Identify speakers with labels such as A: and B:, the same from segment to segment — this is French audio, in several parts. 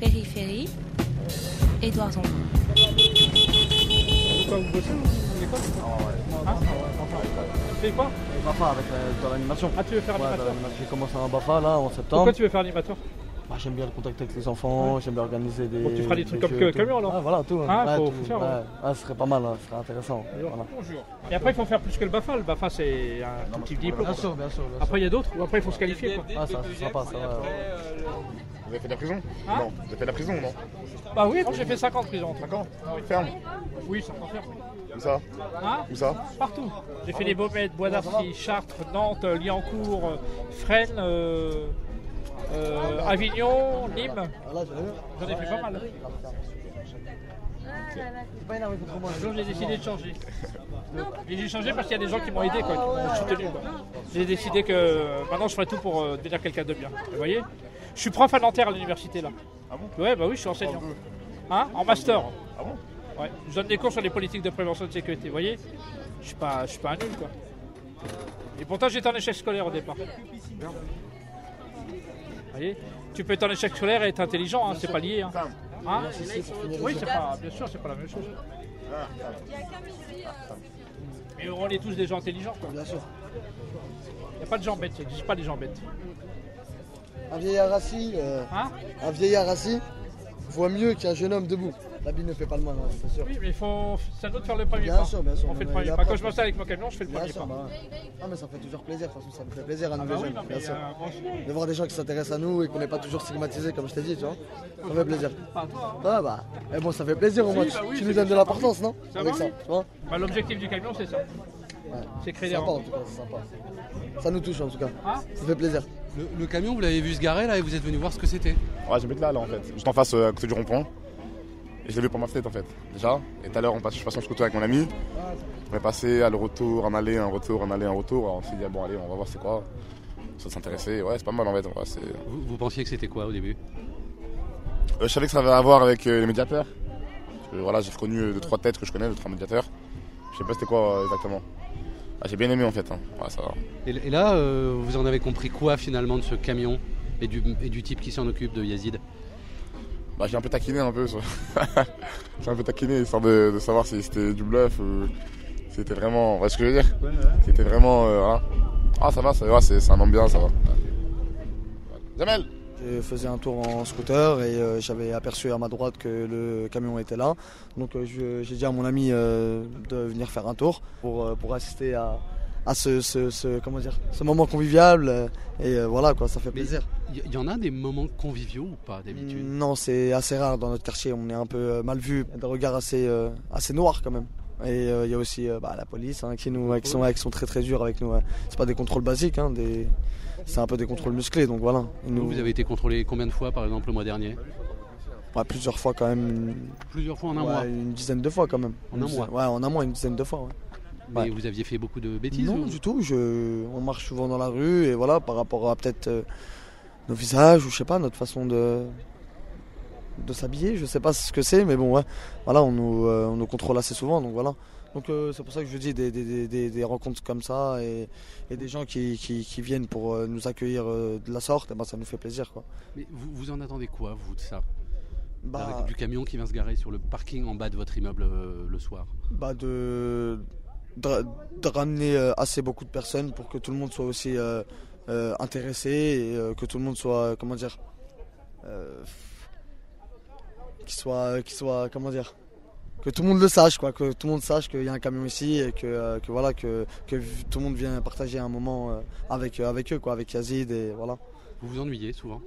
A: Périphérie, Édouard Zombre.
B: Pourquoi vous bossez ou l'école Hein Tu fais quoi
C: BAFA avec euh, dans l'animation.
B: Ah, tu veux faire
C: Ouais, bah, dans
B: animateur
C: l'animation. J'ai commencé un BAFA là en septembre.
B: Pourquoi tu veux faire animateur
C: Bah, J'aime bien le contact avec les enfants, j'aime bien organiser des.
B: Bon, tu feras des trucs
C: jeux
B: comme
C: et
B: que-
C: tout.
B: Camus, alors
C: Ah, voilà, tout.
B: Ah,
C: ouais,
B: faut-
C: tout,
B: faut faire,
C: ouais.
B: ouais.
C: Ah, ce serait pas mal, hein, ce serait intéressant. Voilà.
B: Bonjour. Et après, il faut faire plus que le BAFA. Le BAFA, c'est un tout petit diplôme.
C: Bien sûr, bien sûr. bien sûr.
B: Après, il y a d'autres ou après, il faut se qualifier. quoi.
C: Ah, ça, ça passe. ouais, ouais.
D: Vous avez fait de la prison
B: Hein
D: Non, vous avez fait de la prison, non
B: Bah oui, moi, j'ai fait 50 prisons en tout.
D: D'accord Ferme
B: Oui, ça peut faire.
D: Où ça
B: Hein
D: Où ça
B: Partout. J'ai fait les Baumettes, Bois d'Arcy, Chartres, Nantes, Liancourt, euh, Fresnes, euh, euh, Avignon, Nîmes.
C: Voilà, Ah, tu l'as vu
B: J'en ai fait pas mal.
C: C'est pas énervé contre moi.
B: Un jour, j'ai décidé de changer. Et j'ai changé parce qu'il y a des gens qui m'ont aidé, quoi, qui m'ont soutenu. quoi. J'ai décidé que maintenant je ferai tout pour euh, devenir quelqu'un de bien. Vous voyez Je suis prof à Nanterre à l'université là.
D: Ah bon
B: Ouais, bah oui, je suis enseignant. Hein En master. Ah bon Ouais, je donne des cours sur les politiques de prévention et de sécurité, vous voyez Je suis pas, je suis pas un nul quoi. Et pourtant j'étais en échec scolaire au départ. Vous voyez Tu peux être en échec scolaire et être intelligent, hein, c'est pas lié. Hein. Hein oui, c'est pas, bien sûr, c'est pas la même chose. Ah. Mais on est tous des gens intelligents quoi.
C: Bien sûr.
B: Il n'y a pas de gens bêtes, ça n'existe pas des gens bêtes.
C: Un vieillard assis, euh,
B: Hein
C: un vieillard assis voit mieux qu'un jeune homme debout. L'habit ne fait pas le moine, hein, c'est sûr.
B: Oui, mais il faut... c'est à nous de faire le premier
C: Bien
B: pas.
C: sûr, bien sûr,
B: On fait le
C: non, mais il
B: premier
C: y a
B: pas.
C: pas-
B: Quand je bosse avec mon camion, je fais le
C: Bien
B: premier
C: sûr,
B: pas.
C: bah ouais. Ah, mais ça fait toujours plaisir, de toute façon, ça me fait plaisir à nous
B: Bah
C: les
B: oui,
C: jeunes.
B: non, mais,
C: bien sûr.
B: euh, moi aussi.
C: De voir des gens qui s'intéressent à nous et qu'on n'est pas toujours stigmatisés, comme je t'ai dit, tu vois. Ça fait plaisir.
B: Pas toi, hein.
C: Ah bah, eh bon, ça fait plaisir au moins.
B: Si, bah oui,
C: tu
B: c'est
C: nous donnes de
B: bien.
C: l'importance, non
B: Ça
C: Avec
B: va,
C: ça,
B: oui.
C: tu vois
B: Bah, L'objectif du camion, c'est ça.
C: Ouais.
B: C'est créer des
C: C'est sympa en
B: rencontres.
C: tout cas, c'est sympa. Ça nous touche en tout cas.
B: Hein
C: ça fait plaisir.
E: Le, le camion, vous l'avez vu se garer là et vous êtes venu voir ce que c'était.
D: Ouais, j'habite là, là, en fait. Juste en face, euh, à côté du rond-point. Et je l'ai vu par ma fenêtre, en fait, déjà. Et tout à l'heure, on passe, je passe en scooter avec mon ami. On est passé à le retour, un aller, un retour, un aller, un retour. Alors, on s'est dit, ah, bon, allez, on va voir c'est quoi. Ça s'intéressait. Ouais, c'est pas mal, en fait. Ouais, c'est- Euh,
E: Vous, vous pensiez que c'était quoi au début
D: je savais que ça avait à voir avec euh, les médiateurs. Parce que, voilà, j'ai reconnu euh, deux, trois têtes que je connais, deux, trois médiateurs. Je sais pas c'était quoi euh, exactement. Ah, j'ai bien aimé, en fait. hein. Ouais, ça va.
E: et, et là, euh, vous en avez compris quoi finalement de ce camion et du, et du type qui s'en occupe de Yazid
D: Bah, j'ai un peu taquiné un peu. ça. j'ai un peu taquiné histoire de, de savoir si c'était du bluff ou si c'était vraiment. Vous voyez ce que je veux dire C'était vraiment. euh, voilà. Ah, ça va, ça va, c'est c'est un ambiance, ça va. Jamel
C: Je faisais un tour en scooter et euh, j'avais aperçu à ma droite que le camion était là. Donc euh, je- j'ai dit à mon ami euh, de venir faire un tour pour, euh, pour assister à, à ce, ce- ce- comment dire, ce moment convivial. euh, et euh, voilà quoi, ça fait plaisir.
E: Il y, y en a des moments conviviaux ou pas d'habitude
C: Non, c'est assez rare dans notre quartier. On est un peu euh, mal vu, Il y a des regards assez, euh, assez noirs quand même. Et euh, il y a aussi euh, bah, la police hein, qui, nous, qui, sont, qui sont très très durs avec nous. ouais. C'est pas des contrôles basiques, hein, des... c'est un peu des contrôles musclés. Donc voilà. Ils nous-
E: Vous, vous avez été contrôlé combien de fois par exemple le mois dernier
C: ouais, plusieurs fois quand même, une-
E: Plusieurs fois en un
C: ouais,
E: mois.
C: une dizaine de fois quand même.
E: En
C: Une
E: un
C: dizaine- Ouais, en un mois, une dizaine de fois. ouais.
E: Mais
C: ouais.
E: vous aviez fait beaucoup de bêtises
C: Non,
E: ou-
C: du tout. Je... On marche souvent dans la rue et voilà, par rapport à peut-être euh, nos visages ou je sais pas, notre façon de de s'habiller, je sais pas ce que c'est, mais bon, ouais, voilà, on nous, euh, on nous contrôle assez souvent, donc voilà. Donc euh, c'est pour ça que je dis des, des- des- des- des rencontres comme ça et, et des gens qui, qui- qui viennent pour euh, nous accueillir euh, de la sorte, eh ben, ça nous fait plaisir, quoi.
E: Mais vous, vous en attendez quoi vous de ça
C: Bah,
E: Avec Du camion qui vient se garer sur le parking en bas de votre immeuble euh, le soir
C: bah, de, de, de ramener euh, assez beaucoup de personnes pour que tout le monde soit aussi euh, euh, intéressé et euh, que tout le monde soit euh, comment dire euh, qui soit qui soit comment dire que tout le monde le sache quoi que tout le monde sache qu'il y a un camion ici et que, euh, que voilà que, que tout le monde vient partager un moment euh, avec avec eux quoi avec Yazid et voilà
E: Vous vous ennuyez souvent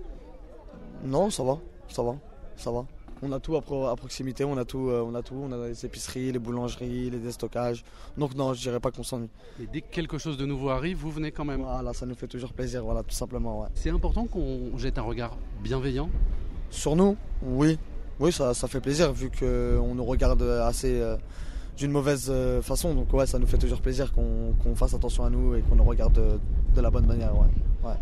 C: non, ça va, ça va, ça va. On a tout à, pro- à proximité, on a tout, euh, on a tout, on a les épiceries, les boulangeries, les déstockages. Donc non, je dirais pas qu'on s'ennuie.
E: Et dès que quelque chose de nouveau arrive, vous venez quand même.
C: Voilà, ça nous fait toujours plaisir, voilà, tout simplement, ouais.
E: C'est important qu'on jette un regard bienveillant.
C: Sur nous, oui, oui, ça, ça fait plaisir vu qu'on nous regarde assez euh, d'une mauvaise euh, façon. Donc ouais, ça nous fait toujours plaisir qu'on qu'on fasse attention à nous et qu'on nous regarde de, de la bonne manière, ouais.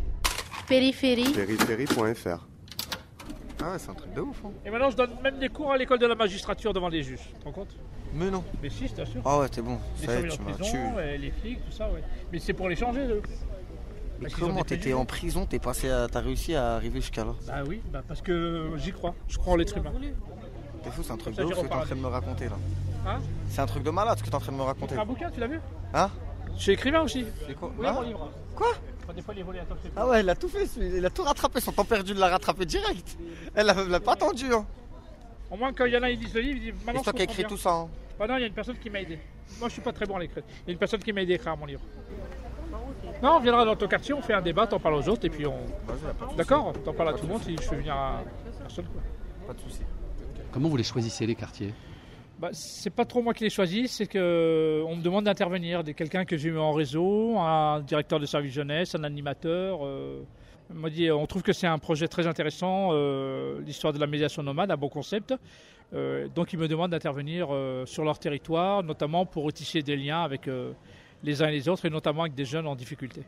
A: Périphérie,
F: Périphérie.fr. Ah, c'est un truc de ouf. hein.
B: Et maintenant, je donne même des cours à l'école de la magistrature devant les juges. Tu te rends compte
F: Mais non.
B: Mais si, c'est sûr.
F: Ah ouais, t'es bon.
B: Les
F: Ça y est,
B: surveillants
F: tu
B: de
F: m'as
B: prison,
F: tué.
B: ouais, les flics, tout ça, ouais. Mais c'est pour les changer, eux.
F: Mais
B: Parce qu'ils ont
F: comment
B: des
F: t'étais
B: préjugés.
F: en prison, t'es passé à- t'as réussi à arriver jusqu'à là
B: Bah oui, bah parce que j'y crois. Je crois en l'être humain.
F: T'es fou, c'est un truc
B: Ça,
F: de ouf
B: j'irai
F: ce
B: au
F: que t'es en train de
B: paradis.
F: me raconter là.
B: Hein
F: C'est un truc de malade ce que t'es en train de me raconter.
B: Un bouquin, tu l'as vu
F: Hein
B: Je suis écrivain aussi.
F: C'est quoi
B: Oui,
F: Ah,
B: mon livre.
F: Quoi
B: Enfin, Des fois, il est volé à Tom Seymour.
F: Ah ouais, il a tout fait, celui- il a tout rattrapé, son temps perdu de l'a rattrapé direct. Elle l'a- l'a pas attendu. Hein.
B: Au moins, quand il y en a, ils lisent le livre, ils disent
F: Et
B: Maman,
F: c'est toi qui as écrit tout ça. hein.
B: Bah non, il y a une personne qui m'a aidé. Moi, je suis pas très bon à l'écrire. Il y a une personne qui m'a aidé à écrire mon livre. Non, on viendra dans ton quartier, on fait un débat, t'en parles aux autres, et puis on. D'accord T'en parles à tout le monde, si je fais venir à personne, quoi.
F: Pas de soucis.
E: Comment vous les choisissez, les quartiers
B: Bah, c'est pas trop moi qui les choisis, c'est que on me demande d'intervenir, des quelqu'un que j'ai eu en réseau, un directeur de service jeunesse, un animateur. euh, on m'a dit, on trouve que c'est un projet très intéressant, euh, l'histoire de la médiation nomade, un bon concept. Euh, donc ils me demandent d'intervenir euh, sur leur territoire, notamment pour tisser des liens avec euh, les uns et les autres, et notamment avec des jeunes en difficulté.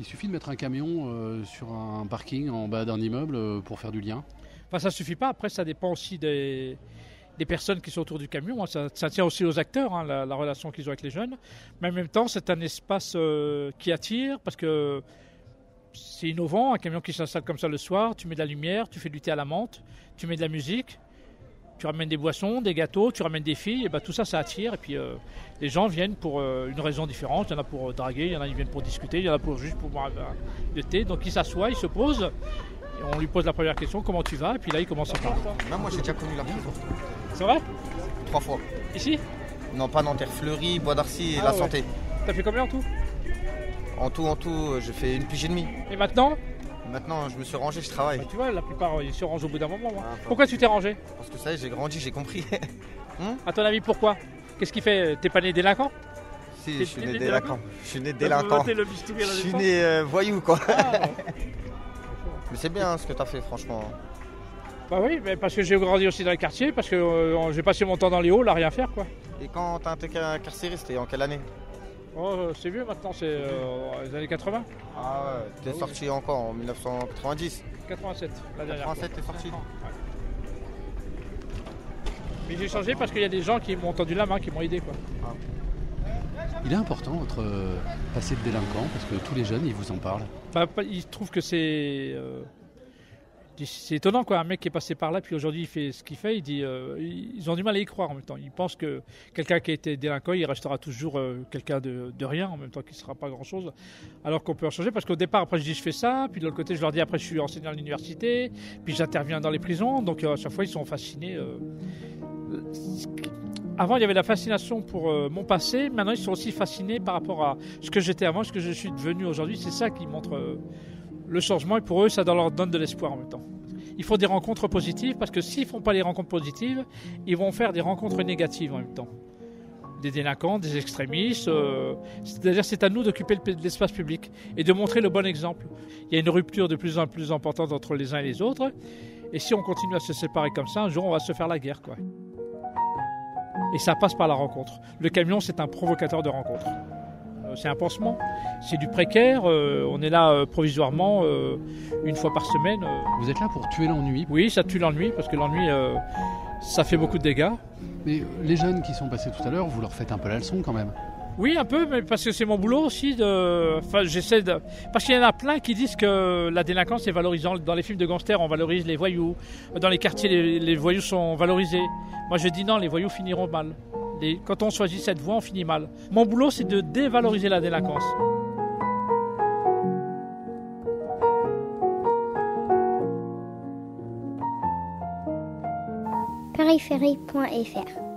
E: Il suffit de mettre un camion euh, sur un parking en bas d'un immeuble euh, pour faire du lien.
B: Enfin, ça suffit pas. Après, ça dépend aussi des, des personnes qui sont autour du camion. hein. Ça, ça tient aussi aux acteurs, hein, la, la relation qu'ils ont avec les jeunes. Mais en même temps, c'est un espace euh, qui attire parce que c'est innovant. Un camion qui s'installe comme ça le soir, tu mets de la lumière, tu fais du thé à la menthe, tu mets de la musique. Tu ramènes des boissons, des gâteaux, tu ramènes des filles, et ben, tout ça, ça attire. Et puis euh, les gens viennent pour euh, une raison différente. Il y en a pour euh, draguer, il y en a qui viennent pour discuter, il y en a pour juste pour boire un verre de thé. Donc ils s'assoient, ils se posent, et on lui pose la première question, comment tu vas Et puis là, il commence à parler.
F: Non, moi j'ai déjà connu la prison.
B: C'est vrai
F: Trois fois.
B: Ici
F: Non, pas Nanterre, Fleury, Bois d'Arcy et
B: Ah
F: La
B: ouais.
F: Santé.
B: T'as fait combien en tout
F: En tout, en tout, euh, j'ai fait une pige et demie.
B: Et maintenant
F: Maintenant, je me suis rangé, je
B: Bah,
F: travaille.
B: Tu vois, la plupart, euh, ils se rangent au bout d'un moment. hein.
F: Ah, enfin.
B: Pourquoi tu t'es rangé
F: Parce que ça y est, j'ai grandi, j'ai compris.
B: À ton avis, pourquoi Qu'est-ce qui fait euh, T'es pas né délinquant
F: si,
B: T'es-
F: je suis
B: t'es
F: né
B: né
F: délinquant.
B: délinquant
F: Je suis né délinquant.
B: T'es le bistouri
F: Je
B: à la
F: suis
B: défense
F: né euh, voyou, quoi.
B: Ah, ouais.
F: Mais c'est bien hein, ce que t'as fait, franchement.
B: Bah oui, mais parce que j'ai grandi aussi dans les quartiers, parce que euh, j'ai passé mon temps dans les halls à rien faire, quoi.
F: Et quand t'as été car- carcéré, c'était en quelle année
B: Oh, euh, c'est vieux maintenant, c'est euh, les années 80
F: Ah ouais. T'es sorti encore en 1990.
B: 87, la dernière.
F: 87, t'es sorti.
B: Mais j'ai changé parce qu'il y a des gens qui m'ont tendu la main, qui m'ont aidé, quoi.
E: Il est important votre euh, passé de délinquant parce que tous les jeunes, ils vous en parlent.
B: Bah, pas- il se trouve que c'est euh, c'est étonnant quoi. Un mec qui est passé par là, puis aujourd'hui il fait ce qu'il fait, il dit euh, ils ont du mal à y croire en même temps. Ils pensent que quelqu'un qui a été délinquant, il restera toujours euh, quelqu'un de, de rien en même temps, qui ne sera pas grand chose. Alors qu'on peut en changer parce qu'au départ après je dis je fais ça, puis de l'autre côté je leur dis après je suis enseignant à l'université, puis j'interviens dans les prisons. Donc euh, à chaque fois ils sont fascinés. euh. Avant il y avait la fascination pour euh, mon passé, maintenant ils sont aussi fascinés par rapport à ce que j'étais avant, ce que je suis devenu aujourd'hui, c'est ça qui montre euh, le changement. Et pour eux, ça leur donne de l'espoir en même temps. Il faut des rencontres positives parce que s'ils font pas les rencontres positives, ils vont faire des rencontres négatives en même temps. Des délinquants, des extrémistes. euh, C'est-à-dire, c'est à nous d'occuper le- l'espace public et de montrer le bon exemple. Il y a une rupture de plus en plus importante entre les uns et les autres. Et si on continue à se séparer comme ça, un jour, on va se faire la guerre, quoi. Et ça passe par la rencontre. Le camion, c'est un provocateur de rencontre. Euh, C'est un pansement, c'est du précaire, euh, on est là euh, provisoirement euh, une fois par semaine. euh.
E: Vous êtes là pour tuer l'ennui.
B: Oui, ça tue l'ennui, parce que l'ennui, euh, ça fait beaucoup de dégâts.
E: Mais euh, les jeunes qui sont passés tout à l'heure, vous leur faites un peu la leçon quand même.
B: Oui, un peu, mais parce que c'est mon boulot aussi. De... Enfin, j'essaie de. Parce qu'il y en a plein qui disent que la délinquance est valorisant. Dans les films de gangsters, on valorise les voyous. Dans les quartiers, les, les voyous sont valorisés. Moi, je dis non, les voyous finiront mal. Les- Quand on choisit cette voie, on finit mal. Mon boulot, c'est de dévaloriser la délinquance.
G: pariferie.fr